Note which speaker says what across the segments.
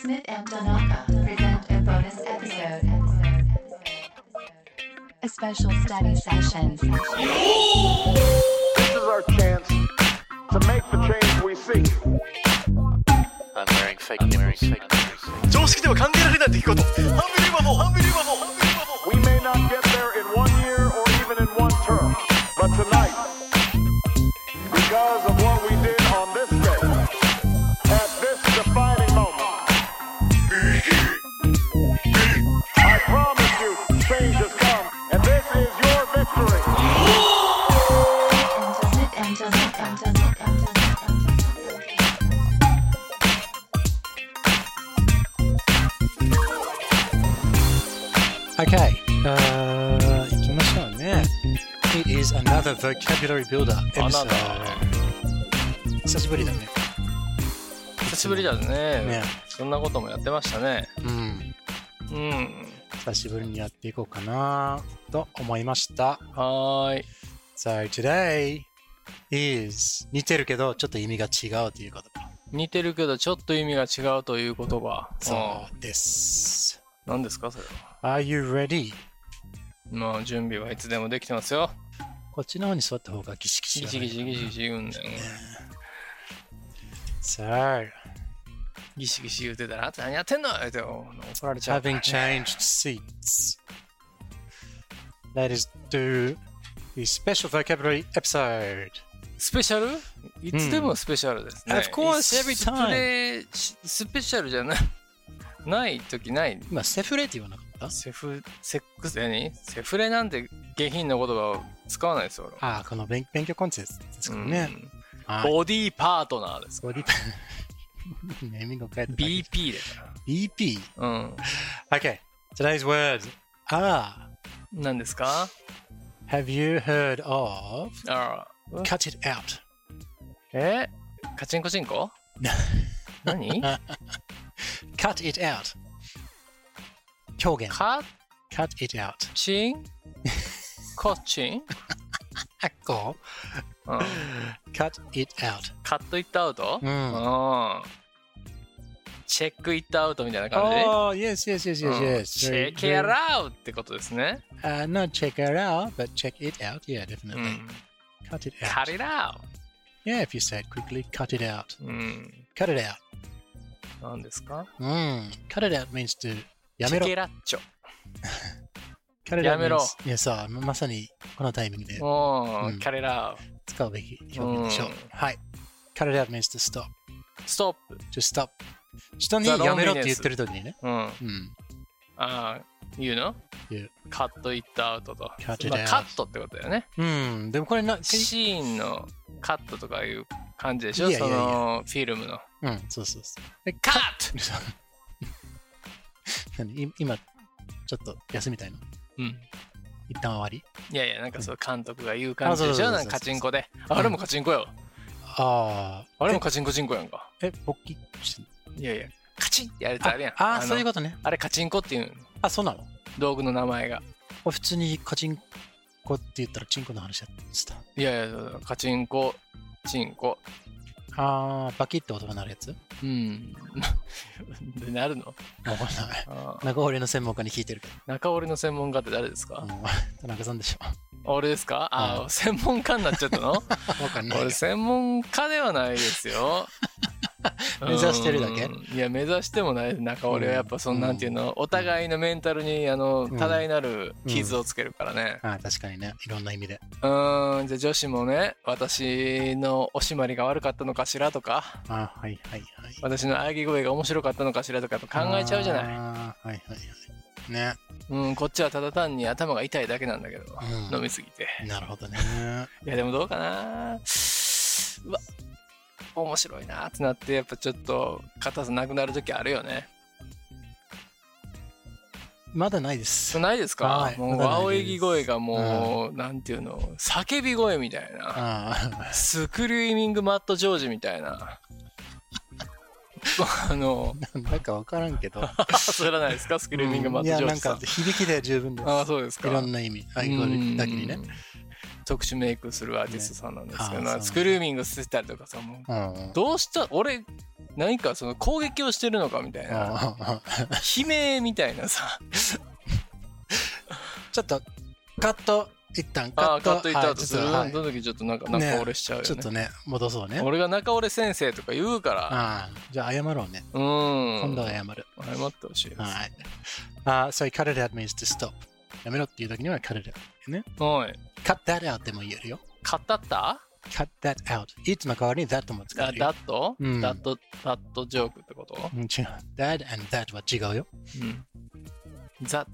Speaker 1: Smith and Donaka present a bonus episode. A special study session.
Speaker 2: This is our chance to make the change we seek.
Speaker 3: I'm wearing fake I'm wearing fake
Speaker 4: 常識では考えられない出来事ハンビリバボーハンビリバボーハンビリバボー
Speaker 2: We may not get there in one year or even in one term, but tonight, because of what we did on this day, at this defining moment, I promise you, change has come, and this is your victory.
Speaker 1: Smith and Donaka. Donaka.
Speaker 5: Okay, uh, 行きましょうね。It is another vocabulary builder episode. 久しぶりだね。
Speaker 3: 久しぶりだね
Speaker 5: ね。
Speaker 3: そんなこともやってましたね
Speaker 5: うん。
Speaker 3: うん
Speaker 5: 久しぶりにやっていこうかなと思いました。
Speaker 3: はーい
Speaker 5: So today is 似てるけどちょっと意味が違うということか。
Speaker 3: 似てるけどちょっと意味が違うという言葉
Speaker 5: そうです。
Speaker 3: うん何ですかそれは
Speaker 5: Are you ready?
Speaker 3: まあ準備はいつでもできてますよ
Speaker 5: こっちの方に座った方がギシギ
Speaker 3: ギ
Speaker 5: シだね
Speaker 3: シギシギシギシ言うんだよ
Speaker 5: So,
Speaker 3: ギシギシ言うてたらあんた何やってんのって怒られちゃう
Speaker 5: having changed seats. That is to the special vocabulary episode.
Speaker 3: スペシャルいつでもスペシャルですね
Speaker 5: Of course,
Speaker 3: It's every
Speaker 5: time.
Speaker 3: play しスペシャルじゃないない時ない
Speaker 5: 今、セフレって言わなかった
Speaker 3: セフ、セックス、何セフレなんて下品な言葉を使わないですよ、俺
Speaker 5: ああ、この勉勉強コンテンツですからね。
Speaker 3: うん
Speaker 5: はい
Speaker 3: ボディーパートナーです。
Speaker 5: ボデ ィパネーミングを変えただけ
Speaker 3: BP だか
Speaker 5: BP。
Speaker 3: ら。うん。
Speaker 5: Okay, today's words are
Speaker 3: 何ですか
Speaker 5: Have you heard of
Speaker 3: あら
Speaker 5: Cut It Out?
Speaker 3: えカチンコチン コ何
Speaker 5: Cut It Out. 表現。
Speaker 3: カ
Speaker 5: Cut It Out.
Speaker 3: チンコチン、
Speaker 5: あっこ
Speaker 3: うん、
Speaker 5: Cut It Out.
Speaker 3: カットイットアウト
Speaker 5: う。
Speaker 3: うんん。チェックイットアウトみたいな感じ
Speaker 5: Oh, yes, yes, yes,
Speaker 3: うん
Speaker 5: yes, yes.
Speaker 3: チ
Speaker 5: Very,
Speaker 3: ェケ
Speaker 5: very-
Speaker 3: ラウってことですね。
Speaker 5: Uh, not check it out, but check it out. Yeah,
Speaker 3: う
Speaker 5: definitely.
Speaker 3: ん。
Speaker 5: Cut it
Speaker 3: カ
Speaker 5: out.
Speaker 3: リラ
Speaker 5: Yeah, if you say it quickly, cut it out.
Speaker 3: ウうん。
Speaker 5: Cut it out.
Speaker 3: 何ですか
Speaker 5: Mm. Cut it out means to や
Speaker 3: チ
Speaker 5: め
Speaker 3: ェ
Speaker 5: ろ。
Speaker 3: ケラッチョ。
Speaker 5: Cut it
Speaker 3: や
Speaker 5: out
Speaker 3: めろ
Speaker 5: means いや、そう、ままさにこのタイミングで
Speaker 3: う
Speaker 5: うん
Speaker 3: ん、彼ら、
Speaker 5: 使うべき表現でしょう
Speaker 3: うん。
Speaker 5: はい。Cut it out means to stop.
Speaker 3: ストップ。
Speaker 5: To stop. 人に
Speaker 3: The
Speaker 5: やめろって
Speaker 3: loneliness
Speaker 5: 言ってる時にね。
Speaker 3: うん。あ
Speaker 5: うん。
Speaker 3: あー、言うの
Speaker 5: 言う
Speaker 3: カットイットアウトと。
Speaker 5: Cut it
Speaker 3: まあ
Speaker 5: out
Speaker 3: カットってことだよね。
Speaker 5: うん。でもこれな、
Speaker 3: シーンのカットとかいう感じでしょ
Speaker 5: いやいやいや
Speaker 3: そのフィルムの。
Speaker 5: うん、そうそうそう。 え
Speaker 3: カ
Speaker 5: か
Speaker 3: ット
Speaker 5: 何い今、ちょっと休みたいの
Speaker 3: うん。
Speaker 5: 一旦終わり
Speaker 3: いやいや、なんかそう監督が言う感じでし
Speaker 5: あそうそうそうそ
Speaker 3: ょ
Speaker 5: う
Speaker 3: なんかカチンコで。あれもカチンコよ。
Speaker 5: ああ。
Speaker 3: あれもカチンコチンコやんか。
Speaker 5: え、勃起してんの
Speaker 3: いやいや、カチンってやれたらあれやん。
Speaker 5: ああ、
Speaker 3: の
Speaker 5: そういうことね。
Speaker 3: あれカチンコっていうの
Speaker 5: あ、そうなの
Speaker 3: 道具の名前が。
Speaker 5: あ普通にカチンコって言ったらチンコの話だった。
Speaker 3: いやいや、カチンコ、チンコ。
Speaker 5: あー、バキって音が鳴るやつわ
Speaker 3: うん。 でなるの
Speaker 5: か んない。
Speaker 3: あー
Speaker 5: なんか俺の専門家に聞いてるけど。
Speaker 3: 中折りの専門家って誰です
Speaker 5: あ
Speaker 3: か、
Speaker 5: の田中さんでしょ。
Speaker 3: 俺ですかあー、専門家になっちゃったの
Speaker 5: わかん ない
Speaker 3: 俺。専門家ではないですよ
Speaker 5: 目指してるだけ
Speaker 3: うんいや目指してもない中折りはやっぱその、
Speaker 5: うん
Speaker 3: なんていうのお互いのメンタルにあの
Speaker 5: うん
Speaker 3: 多大なる傷をつけるからね
Speaker 5: あー確かにね。いろんな意味で。
Speaker 3: うんんじゃあ女子もね私のおしまりが悪かったのかしらとか
Speaker 5: あー、はいはいはい。
Speaker 3: 私の喘ぎ声が面白かったのかしらとかやっぱ考えちゃうじゃない
Speaker 5: あーはいはいはい。ね。
Speaker 3: うんこっちはただ単に頭が痛いだけなんだけど、
Speaker 5: うん
Speaker 3: 飲みすぎて
Speaker 5: なるほどね。
Speaker 3: いやでもどうかなうわ面白いなってなってやっぱちょっと硬さなくなる時あるよね
Speaker 5: まだないです。
Speaker 3: ないですか、
Speaker 5: はい
Speaker 3: もう
Speaker 5: まだない
Speaker 3: 青
Speaker 5: です
Speaker 3: いぎ声がもう、なんていうの叫び声みたいな
Speaker 5: あ
Speaker 3: スクリーミングマット・ジョージみたいな あの
Speaker 5: ー なんかわからんけど。
Speaker 3: 知らないですかスクリーミングマット・ジ
Speaker 5: いや、
Speaker 3: ョー
Speaker 5: なん
Speaker 3: ジさん,、
Speaker 5: か響きで十分です。
Speaker 3: ああそうですか
Speaker 5: いろんな意味。アイコールだけにね
Speaker 3: う。ん特殊メイクするアーティストさんなんですけど、
Speaker 5: ねあーそう
Speaker 3: スクリーミングしてたりとかさもう
Speaker 5: うん。
Speaker 3: どうした俺何かその攻撃をしてるのかみたいな悲鳴みたいなさ
Speaker 5: ちょっと、カット、一旦 カ
Speaker 3: あ
Speaker 5: ッ
Speaker 3: ーカ
Speaker 5: ト。
Speaker 3: ットいった
Speaker 5: はい
Speaker 3: 後する、
Speaker 5: はい
Speaker 3: その時ちょっとなんか中折れしちゃうよね
Speaker 5: ちょっとね、戻そうね。
Speaker 3: 俺が中折れ先生とか言うから
Speaker 5: ああじゃあ謝ろうね。
Speaker 3: うん
Speaker 5: 今度は謝る。
Speaker 3: 謝ってほしいです
Speaker 5: はい。ああ so cut it out means to stop. やめろっていう時には cut it out。
Speaker 3: おい
Speaker 5: cut that out でも言えるよ。
Speaker 3: 語った、
Speaker 5: cut that out。いつの代わりに that も使
Speaker 3: あ
Speaker 5: えるよ。
Speaker 3: ダット、
Speaker 5: うん
Speaker 3: ダットダットジョークってこと
Speaker 5: うん違う。that and that は違うよ。
Speaker 3: うんザ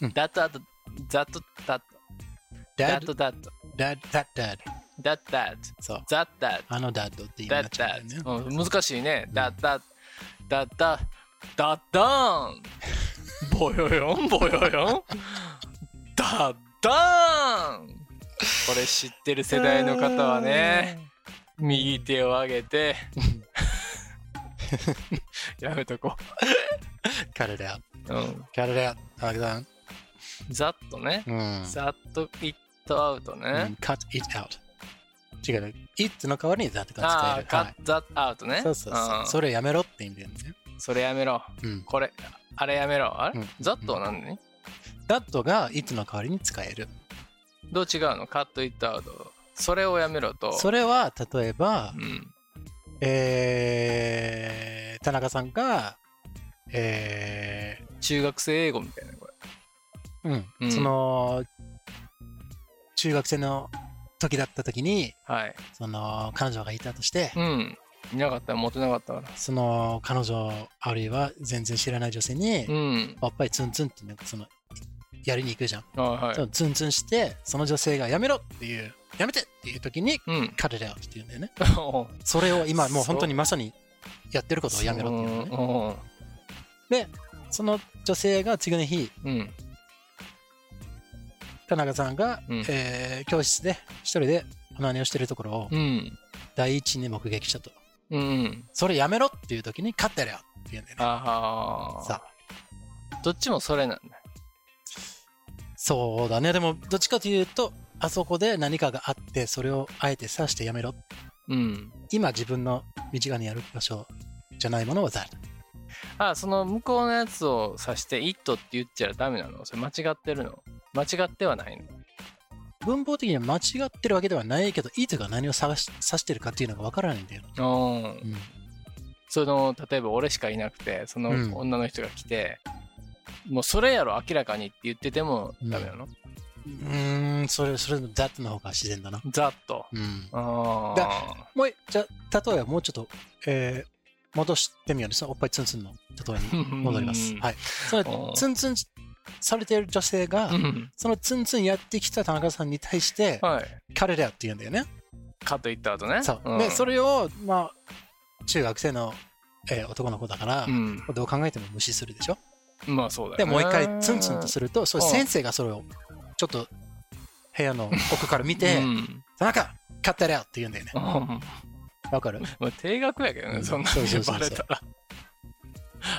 Speaker 5: う
Speaker 3: ッ
Speaker 5: ん
Speaker 3: ダットダットダットダットダッ
Speaker 5: dad,
Speaker 3: トダット
Speaker 5: dad, that, dad.
Speaker 3: ダッダット
Speaker 5: そう。
Speaker 3: ザッダット
Speaker 5: あの dad って言い
Speaker 3: ダ
Speaker 5: な
Speaker 3: ッ
Speaker 5: っちゃ
Speaker 3: ダ
Speaker 5: うんだよ
Speaker 3: ッ
Speaker 5: ね。
Speaker 3: トうん難しいねダッダッダッダッダッダーンボヨヨンボヨヨンダッダーンこれ知ってる世代の方はね右手を上げ てやめとこ
Speaker 5: cut it out.
Speaker 3: う、うん、
Speaker 5: cut it out. あだん
Speaker 3: ざっとね
Speaker 5: うん
Speaker 3: ざっとイットアウト
Speaker 5: う
Speaker 3: ね
Speaker 5: ん、、cut it out。違う。it の代わりに that が使
Speaker 3: あ
Speaker 5: え
Speaker 3: あ
Speaker 5: る。
Speaker 3: カットアウト
Speaker 5: は
Speaker 3: ね
Speaker 5: い、そうそうそう。
Speaker 3: ん
Speaker 5: それやめろって意味だよね。
Speaker 3: それやめろ
Speaker 5: うん。
Speaker 3: これあれやめろあれ、
Speaker 5: うん
Speaker 3: ざっとは何、
Speaker 5: that が it の代わりに使える。
Speaker 3: どう違うのカットイットアウトそれをやめろと
Speaker 5: それは例えば
Speaker 3: う、ん
Speaker 5: えー、田中さんが、え
Speaker 3: 中学生英語みたいなこれ
Speaker 5: ー、うん、
Speaker 3: うん
Speaker 5: その、中学生の時だった時に、
Speaker 3: はい
Speaker 5: その、彼女がいたとして、
Speaker 3: うんいなかったらモテなかったから
Speaker 5: その、彼女、あるいは全然知らない女性に、
Speaker 3: うん
Speaker 5: おっぱいツンツンって、なんかその、やりに行くじゃん。
Speaker 3: はい
Speaker 5: そ
Speaker 3: はい
Speaker 5: のツンツンして、その女性がやめろっていう、やめてっていう時に、
Speaker 3: うん
Speaker 5: 彼らをって言うんだよね。それを今、もう本当にまさにやってることを やめろっていうのね。その女性が次の日、
Speaker 3: うんうん
Speaker 5: 田中さんが、
Speaker 3: うん
Speaker 5: えー教室で一人で花寝をしてるところを
Speaker 3: うん
Speaker 5: 第一に目撃したと。
Speaker 3: うん
Speaker 5: それやめろっていう時に勝ってやれよって言うんだよね。
Speaker 3: ああ
Speaker 5: さ
Speaker 3: どっちもそれなんだ
Speaker 5: そうだね。でも、どっちかというと、あそこで何かがあって、それをあえて刺してやめろ。
Speaker 3: うん
Speaker 5: 今自分の身近にやる場所じゃないものはざる。
Speaker 3: あその向こうのやつを指して「イット」って言っちゃダメなのそれ間違ってるの間違ってはないの
Speaker 5: 文法的には間違ってるわけではないけど、意図が何を探し指してるかっていうのがわからないんだよ。
Speaker 3: うん
Speaker 5: うん
Speaker 3: その例えば俺しかいなくてその
Speaker 5: うん
Speaker 3: 女の人が来て、もうそれやろ明らかにって言っててもダメなの、
Speaker 5: うーん、それ、それ、だっての方が自然だな。
Speaker 3: ざっと
Speaker 5: うん。
Speaker 3: あ
Speaker 5: だ
Speaker 3: あ
Speaker 5: もうい、じゃあ、例えばもうちょっと、えー、戻してみようね。そのおっぱいツンツンの例えに戻ります。はい。そ
Speaker 3: お
Speaker 5: の
Speaker 3: ー
Speaker 5: ツンツンされている女性が、そのツンツンやってきた田中さんに対して、
Speaker 3: はい
Speaker 5: 彼らって言うんだよね。
Speaker 3: かと言った後ね
Speaker 5: そう。
Speaker 3: ん
Speaker 5: で、それを、まあ、中学生の、えー男の子だから、
Speaker 3: うん
Speaker 5: どう考えても無視するでしょ。
Speaker 3: まあそうだよ、ね、
Speaker 5: で、もう一回ツンツンとすると、それ
Speaker 3: うん
Speaker 5: 先生がそれを、ちょっと、部屋の奥から見て
Speaker 3: う、ん
Speaker 5: 田中、買ってやれよって言うんだよね
Speaker 3: う。ん
Speaker 5: わかる
Speaker 3: まあ、定額やけど
Speaker 5: う
Speaker 3: ね、
Speaker 5: ん
Speaker 3: そんな
Speaker 5: そうそ
Speaker 3: に
Speaker 5: うそう
Speaker 3: バ
Speaker 5: そ
Speaker 3: レ
Speaker 5: う
Speaker 3: たら。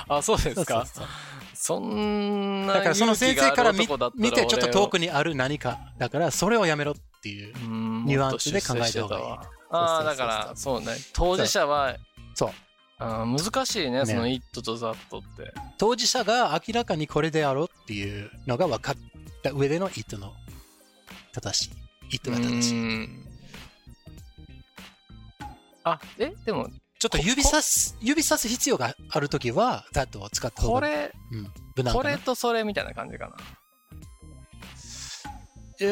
Speaker 3: あ、そうですか。
Speaker 5: そうそうそう
Speaker 3: そんな
Speaker 5: だからその先生から見
Speaker 3: 勇気がある男だった
Speaker 5: 見てちょっと遠く
Speaker 3: に
Speaker 5: にある何かだからそれをやめろっていうニ
Speaker 3: ニ
Speaker 5: ュアンスで考えた方がいい
Speaker 3: ああ、
Speaker 5: そうそうそうそう
Speaker 3: だから、そうね。当事者は、
Speaker 5: そう
Speaker 3: あー難しいね、
Speaker 5: ね
Speaker 3: その「イット!」と「ザット!」って。
Speaker 5: 当事者が明らかにこれであろうっていうのが分かった上での意図の正しい意図
Speaker 3: う
Speaker 5: が正しい
Speaker 3: んあ、え、でも、
Speaker 5: ちょっと指さす指さす必要があるときは that を使った方
Speaker 3: こ
Speaker 5: が
Speaker 3: れ、
Speaker 5: うん無難
Speaker 3: こ
Speaker 5: かな
Speaker 3: れとそれみたいな感じかな。
Speaker 5: え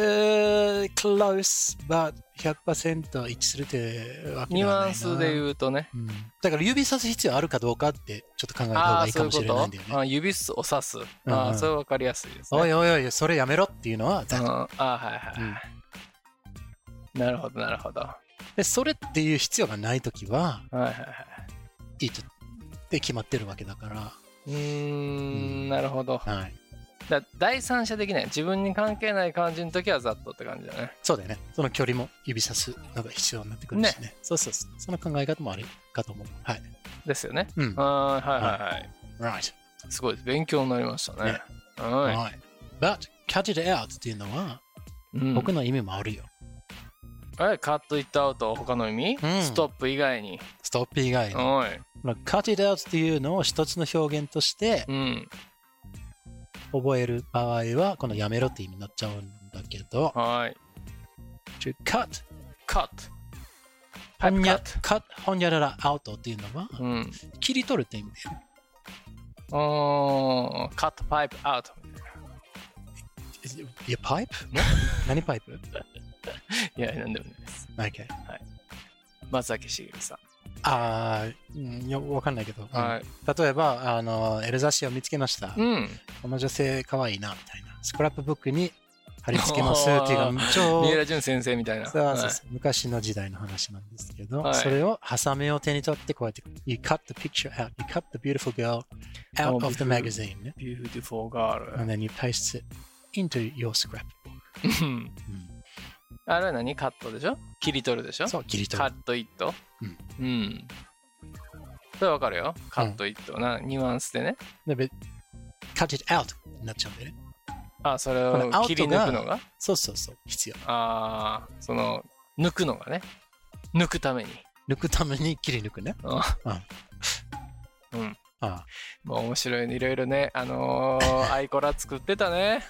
Speaker 5: ー close but 100%一致するってわけ
Speaker 3: ニ
Speaker 5: で
Speaker 3: ュ
Speaker 5: はないな
Speaker 3: アンスで言うとね。
Speaker 5: うんだから指さす必要あるかどうかってちょっと考えた方
Speaker 3: ああー、
Speaker 5: がいい
Speaker 3: そ
Speaker 5: か
Speaker 3: うい
Speaker 5: も
Speaker 3: う
Speaker 5: し
Speaker 3: こ
Speaker 5: れない
Speaker 3: と
Speaker 5: んだよね
Speaker 3: あー指すを指す。
Speaker 5: うんうん
Speaker 3: ああ、それ分かりやすいですね。
Speaker 5: おいおいおいそれやめろっていうのは that
Speaker 3: うんああはいはいはい、なるほどなるほどは
Speaker 5: でそれっていう必要がない時はい
Speaker 3: はいはい
Speaker 5: いとって決まってるわけだか
Speaker 3: うーんなるほど
Speaker 5: ら、はい、
Speaker 3: だ第三者的な自分に関係ない感じの時はざっとって感じだね
Speaker 5: そうだよねその距離も指さすのが必要になってくるしねそうそうそうその考え方もあるかと思うはい
Speaker 3: ですよね
Speaker 5: うん
Speaker 3: ああはいはいはい
Speaker 5: right
Speaker 3: すごいです勉強になりましたね
Speaker 5: ね
Speaker 3: はい、
Speaker 5: right but cut it out っていうのは
Speaker 3: うん
Speaker 5: 僕の意味もあるよ、
Speaker 3: え、カットイットアウト、他の意味、
Speaker 5: うん
Speaker 3: ストップ以外に。
Speaker 5: stop 以外の。
Speaker 3: おい。
Speaker 5: まあ cut it out っていうのを一つの表現として
Speaker 3: うん。
Speaker 5: 覚える場合は、このやめろって意味になっちゃうんだけど、
Speaker 3: はい。
Speaker 5: to cut
Speaker 3: カット。
Speaker 5: ほんにゃ
Speaker 3: cut
Speaker 5: cut ほんにゃらら out っていうのは、
Speaker 3: うん。
Speaker 5: 切り取るって意味で、
Speaker 3: おー、カットパイプアウト。
Speaker 5: いや、パイプ何パイプ
Speaker 3: いや、なんでもないです。
Speaker 5: ?OK。
Speaker 3: 松崎しげるさ
Speaker 5: あーうんよわかんないけど、
Speaker 3: ん。はい。
Speaker 5: 例えばあのエルザシーを見つけました、
Speaker 3: うん。
Speaker 5: この女性かわいいなみたいなスクラップブックに貼り付けますっていう
Speaker 3: お
Speaker 5: か超
Speaker 3: 三浦淳先生みたいな。
Speaker 5: そうそう
Speaker 3: はい
Speaker 5: そう昔の時代の話なんですけど、
Speaker 3: はい
Speaker 5: それをハサミを手に取ってこうやって You cut the picture out You cut the beautiful girl out of the magazine ね
Speaker 3: Beautiful girl.
Speaker 5: and then you paste it into your scrapbook
Speaker 3: うんあれは何カットでしょ切り取るでしょ
Speaker 5: そう切り取
Speaker 3: カ
Speaker 5: る
Speaker 3: ットイット
Speaker 5: う
Speaker 3: う
Speaker 5: ん。
Speaker 3: ん。それわかるよ。カットイット。な、ニュアンスでね。
Speaker 5: でべ cut it out になっちゃうんだよね
Speaker 3: あ、それ
Speaker 5: こ
Speaker 3: を
Speaker 5: のアウトが
Speaker 3: 切り抜くのが
Speaker 5: そうそうそう必要
Speaker 3: ああ、その、抜くのがね。抜くために。
Speaker 5: 抜くために切り 抜くね
Speaker 3: うん。
Speaker 5: あ
Speaker 3: まあ面白いね。いろいろね、あの ー、アイコラ作ってたね。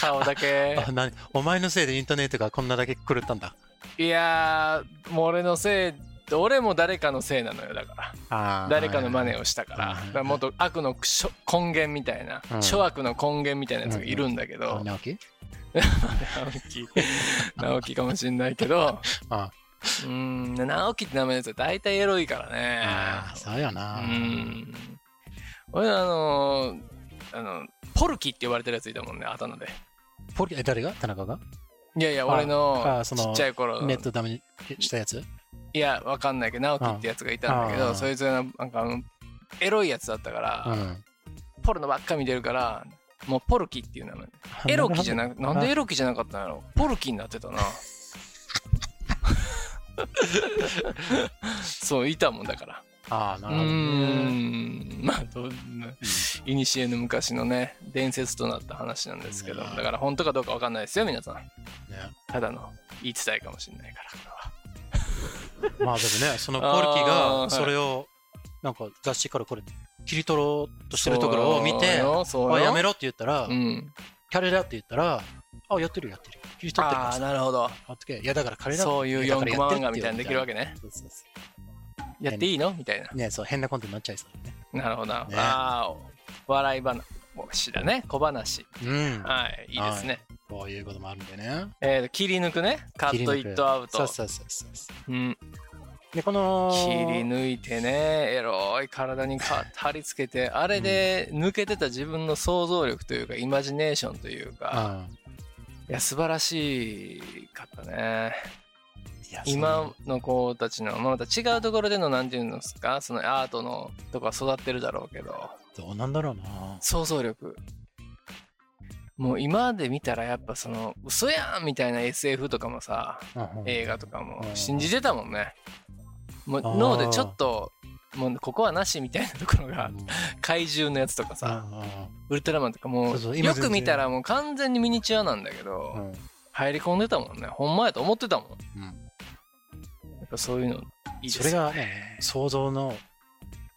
Speaker 3: 顔だ
Speaker 5: あ
Speaker 3: け。
Speaker 5: あなお前のせいでインターネットがこんなだけ狂ったんだ
Speaker 3: いやー、もう俺のせい、俺も誰かのせいなのよ、だから。誰かの真似をしたから
Speaker 5: はいはいはい
Speaker 3: だからもっと悪のしょ根源みたいな、
Speaker 5: うん
Speaker 3: 諸悪の根源みたいなやつがいるんだけど、
Speaker 5: 直樹
Speaker 3: 直樹直樹かもしんないけど
Speaker 5: あ
Speaker 3: うーん直樹って名前のやつは大体エロいからね
Speaker 5: ああそうよな
Speaker 3: うん俺あのーあのポルキって言われてるやついたもんねあだ名で
Speaker 5: ポリえ誰が田中が
Speaker 3: いやいや
Speaker 5: あ
Speaker 3: 俺の
Speaker 5: あそ
Speaker 3: ち
Speaker 5: の
Speaker 3: っちゃい頃
Speaker 5: ネットダメにしたやつ
Speaker 3: いやわかんないけど直樹ってやつがいたんだけ
Speaker 5: あ
Speaker 3: ど
Speaker 5: あ
Speaker 3: そいつがなんかあのエロいやつだったから、
Speaker 5: うん
Speaker 3: ポルノばっか見てるからもうポルキっていう名前エロキじゃなくなんでエロキじゃなかったんやろポルキになってた なそういたもんだから
Speaker 5: ああな
Speaker 3: う
Speaker 5: るほど
Speaker 3: ー
Speaker 5: ね
Speaker 3: んまあどういにしえの昔のね伝説となった話なんですけどだ
Speaker 5: うん
Speaker 3: から本当かどうかわかんないですよ皆さん
Speaker 5: ね
Speaker 3: ただの言い伝えかもしれないからこれは
Speaker 5: まあでもねそのポルキ
Speaker 3: あーは
Speaker 5: が
Speaker 3: い
Speaker 5: それをなんか雑誌からこれ切り取ろうとしてるところを見て
Speaker 3: そうよそうよ
Speaker 5: あやめろって言ったら
Speaker 3: うん
Speaker 5: キャレラって言ったらあやってるよやってるよ切り取ってる
Speaker 3: あ
Speaker 5: か
Speaker 3: あ
Speaker 5: ら
Speaker 3: なるほど
Speaker 5: あっとけいやだから彼ら
Speaker 3: そういう4コマ漫画みたいにできるわ
Speaker 5: け
Speaker 3: けね
Speaker 5: そうそうそ
Speaker 3: やっていいのみたいな
Speaker 5: うねそう変なコンテンツになっちゃいそうだね
Speaker 3: なるほどな、
Speaker 5: ね
Speaker 3: ああ笑い話だね小話
Speaker 5: うん
Speaker 3: はいいいですね、
Speaker 5: こういうこともあるんでね
Speaker 3: えーと切り抜くねカットイットアウ
Speaker 5: そ
Speaker 3: ト
Speaker 5: うそうそうそうそ
Speaker 3: うん
Speaker 5: うでこの
Speaker 3: 切り抜いてねエロい体にか貼り付けてあれで抜けてた自分の想像力というかイマジネーションというか、
Speaker 5: うん
Speaker 3: いや素晴らしかったね
Speaker 5: いや
Speaker 3: 今の子たちのまあまた違うところでの何て言うんですかそのアートのとか育ってるだろうけど
Speaker 5: そうどうなんだろうな
Speaker 3: 想像力もう今まで見たらやっぱその嘘やんみたいな SF とかもさ
Speaker 5: うん
Speaker 3: 映画とかも
Speaker 5: うん
Speaker 3: 信じてたもんねもう
Speaker 5: あー
Speaker 3: 脳でちょっともうここはなしみたいなところが
Speaker 5: うん
Speaker 3: 怪獣のやつとかさ
Speaker 5: う
Speaker 3: ウルトラマンとかも
Speaker 5: そうそう
Speaker 3: う
Speaker 5: 今
Speaker 3: よ
Speaker 5: 全然
Speaker 3: く見たらもう完全にミニチュアなんだけ
Speaker 5: ん
Speaker 3: ど
Speaker 5: うん
Speaker 3: 入り込んでたもんねほんまやと思ってたもんやっぱそういうのいいです
Speaker 5: そ
Speaker 3: よ
Speaker 5: れがね想像の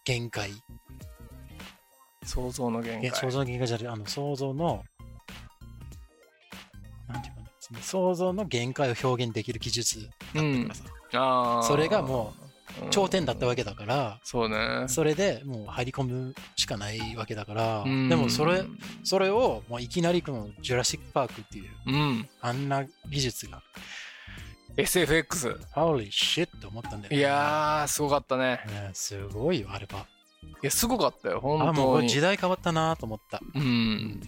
Speaker 5: 限界
Speaker 3: 想像の限
Speaker 5: い
Speaker 3: 界
Speaker 5: や想像の限界じゃなくてあの想像のなんていうかなその想像の限界を表現できる技術だったからさ、
Speaker 3: あー
Speaker 5: それがも
Speaker 3: うん
Speaker 5: う頂点だったわけだから、
Speaker 3: そうね
Speaker 5: それでもう入り込むしかないわけだから、
Speaker 3: うん
Speaker 5: でもそれそれをもういきなりこの「ジュラシック・パーク」っていう
Speaker 3: うん
Speaker 5: あんな技術が
Speaker 3: SFX
Speaker 5: 「ハウリーシッ」と思ったんだよね
Speaker 3: いやーすごかったね
Speaker 5: ねすごいよあれはい
Speaker 3: やすごかったよ
Speaker 5: あ
Speaker 3: 本
Speaker 5: もうこ
Speaker 3: 当
Speaker 5: れ
Speaker 3: に
Speaker 5: 時代変わったなと思った
Speaker 3: うん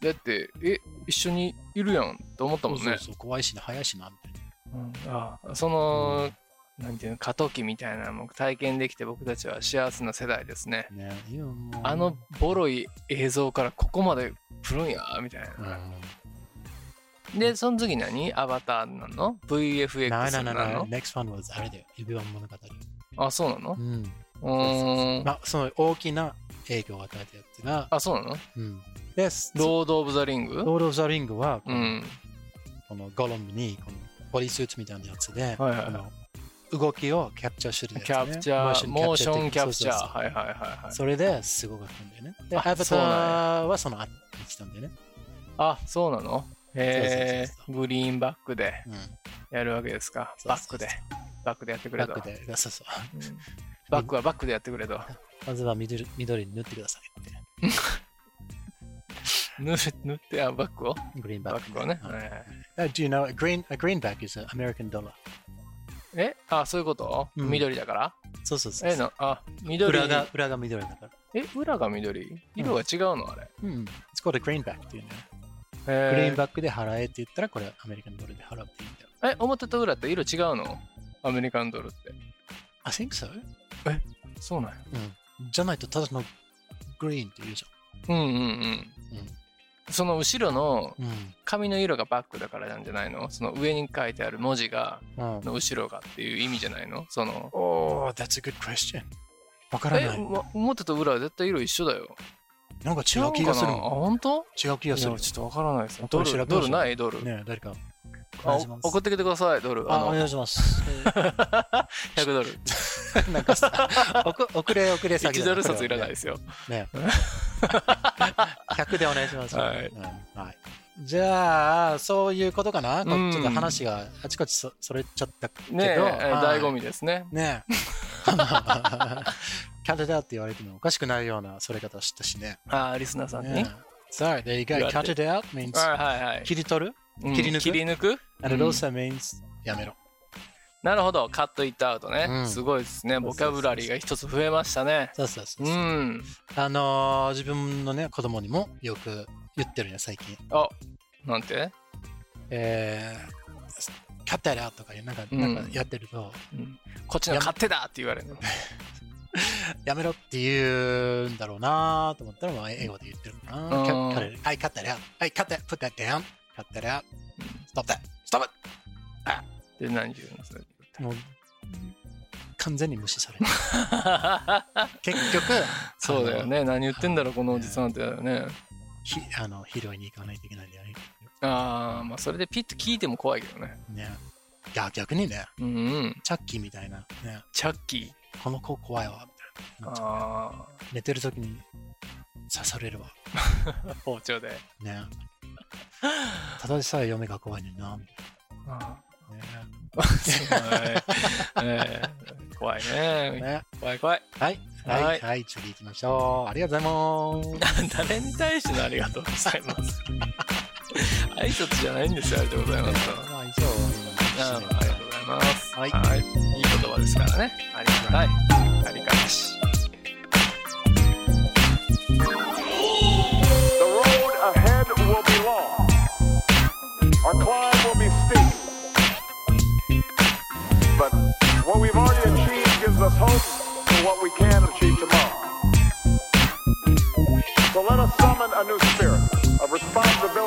Speaker 3: だってえ一緒にいるやんと思ったもんね
Speaker 5: そうそう怖いしな早いしなみたいな
Speaker 3: うんあその、なんていうの過渡期みたいなのも体験できて僕たちは幸せな世代ですね
Speaker 5: ね今もう
Speaker 3: あのボロい映像からここまで来るんやみたい
Speaker 5: うん
Speaker 3: な、でその次何アバターなの ?VFX
Speaker 5: な
Speaker 3: ない
Speaker 5: ない
Speaker 3: の
Speaker 5: ないない Next one was あれだよ指輪物語
Speaker 3: あそうなの
Speaker 5: うん
Speaker 3: うーん
Speaker 5: まあその大きな影響を与えたやつが
Speaker 3: あそうなの
Speaker 5: うんですロ
Speaker 3: ロード・オブ・ザ・リング
Speaker 5: ード・オブ・ザ・リングは
Speaker 3: う
Speaker 5: この,、
Speaker 3: ん
Speaker 5: このゴロムにこのボディスーツみたいなやつで、
Speaker 3: はいはい
Speaker 5: あの動きをキャプチャーするやつ、ね。
Speaker 3: キャプチャー、モーションキャプチャー。
Speaker 5: そうそうそう
Speaker 3: はいはいはいはい。
Speaker 5: それですごかったんだよね。で、
Speaker 3: あ
Speaker 5: アバタ
Speaker 3: そうなん
Speaker 5: ーはその後に来たんだよね。
Speaker 3: あ、そうなのえ
Speaker 5: そうそうそ
Speaker 3: ー、グリーンバックで
Speaker 5: うん。
Speaker 3: やるわけですか。
Speaker 5: そう
Speaker 3: バ
Speaker 5: そ
Speaker 3: ック
Speaker 5: うそう
Speaker 3: で。バックでやってくれ
Speaker 5: バ
Speaker 3: と。
Speaker 5: ックで、そうそう。
Speaker 3: うんバックはバックでやってくれと。
Speaker 5: まずは緑緑に塗ってくださいって。
Speaker 3: 塗塗って、あ、バックを
Speaker 5: Green
Speaker 3: バ
Speaker 5: back.
Speaker 3: ックをね。
Speaker 5: はい
Speaker 3: はい
Speaker 5: Uh, do you know a green a greenback is an American dollar?
Speaker 3: えあ、そういうこと
Speaker 5: うん
Speaker 3: 緑だから
Speaker 5: そうそうそう
Speaker 3: え、
Speaker 5: そう。
Speaker 3: な、あ、緑。
Speaker 5: 裏が裏が緑だから。
Speaker 3: え、裏が緑色が違うのあれ。
Speaker 5: うん。It's called a greenback っていうね。グリ
Speaker 3: え
Speaker 5: ーンバックで払えって言ったらこれアメリカンドルで払っていいんだよ。
Speaker 3: ーえ、表と裏って色違うのアメリカンドルって。
Speaker 5: I think so.
Speaker 3: そうなんや。
Speaker 5: うん。じゃないとただのグリーンって言うじ
Speaker 3: うんうんうん。その後ろの
Speaker 5: ゃん。
Speaker 3: 紙の色がバックだからなんじゃないのその上に書いてある文字が
Speaker 5: うん。うん。
Speaker 3: の後ろがっていう意味じゃないのその
Speaker 5: Oh, that's a good question. わから
Speaker 3: え
Speaker 5: ない。
Speaker 3: わ表と裏は絶対色一緒だよ
Speaker 5: なんか違う気がする
Speaker 3: 違うかなあ本当
Speaker 5: 違う気
Speaker 3: いや
Speaker 5: がす
Speaker 3: ちょ
Speaker 5: る。
Speaker 3: っとわからないですド
Speaker 5: 当に調べましょ
Speaker 3: ルド
Speaker 5: う
Speaker 3: ルないドル、
Speaker 5: ねえ誰か。
Speaker 3: あ
Speaker 5: お願
Speaker 3: お
Speaker 5: いします
Speaker 3: 送ってきてくださいドル
Speaker 5: あ、お
Speaker 3: あの
Speaker 5: 願いします。
Speaker 3: 100ドル
Speaker 5: なんかさ、おくれ遅れ先
Speaker 3: 1ドル札いらないですよ
Speaker 5: ね。100でお願いします。
Speaker 3: はい
Speaker 5: うんはいじゃあ、そういうことかな。こ
Speaker 3: うん
Speaker 5: うちょっと話があちこちそそれちゃったけど。
Speaker 3: ねええー
Speaker 5: はい
Speaker 3: 醍醐味ですね
Speaker 5: ね え。キャナダって言われてもおかしくないようなそれ方したしね。
Speaker 3: あーリスナーさんに、
Speaker 5: ねえ So, there you go.
Speaker 3: 言われ
Speaker 5: Cut
Speaker 3: て
Speaker 5: it out means
Speaker 3: あはいはい、
Speaker 5: 切り取る。
Speaker 3: うん
Speaker 5: 切り抜く
Speaker 3: 切り抜く
Speaker 5: And
Speaker 3: う
Speaker 5: it
Speaker 3: ん
Speaker 5: also means やめろ。
Speaker 3: なるほどカットイットアウトね、
Speaker 5: うん
Speaker 3: すごいですねボキャブラリーが一つ増えましたね
Speaker 5: そうそうそううそう。
Speaker 3: ん
Speaker 5: あのー、自分のね、子供にもよく言ってるね、最近。
Speaker 3: あなんて
Speaker 5: えー、買ったらとかいうなんか、
Speaker 3: うん
Speaker 5: なんかやってると、
Speaker 3: こっちの勝手だって言われる
Speaker 5: やめろって言うんだろうなと思ったら、まあ、英語で言ってるかな。
Speaker 3: うん
Speaker 5: か彼はい、買ったら、はい、買ったら、put that down、買ったら、stop that、stop it!
Speaker 3: で何言うんですか
Speaker 5: もう、完全に無視される。 結局、
Speaker 3: そうだよね何言ってんだろうこのおじさんってだよね
Speaker 5: ひあの、拾いに行かないといけないんだよね。
Speaker 3: ああまあそれでピッと聞いても怖いけどね
Speaker 5: ねいや逆にね、
Speaker 3: うんうん
Speaker 5: チャッキーみたいな、ね、
Speaker 3: チャッキ
Speaker 5: この子怖いわ、みたい
Speaker 3: ー
Speaker 5: な。
Speaker 3: あ
Speaker 5: 寝てる時に刺されるわ。
Speaker 3: あ包丁で
Speaker 5: ね。 ただでさえ嫁が怖いねんな、みた
Speaker 3: あ
Speaker 5: いなね。
Speaker 3: あそうね ええ怖いね
Speaker 5: ね
Speaker 3: 怖い怖 い
Speaker 5: はい、
Speaker 3: はい
Speaker 5: はい、はい、次行きましょう。ありがとうござい ます。
Speaker 3: 誰に対してのありがとうございます挨拶じゃないんですよありがとうござい ます
Speaker 5: まあ、
Speaker 3: ああ
Speaker 5: 以上
Speaker 3: りがとうございます
Speaker 5: はい
Speaker 3: いいい言葉ですからねありがたいありがたし
Speaker 2: The road ahead will be long. Our climb will be steep. But what we've already achieved gives us hope for what we can achieve tomorrow. So let us summon a new spirit of responsibility.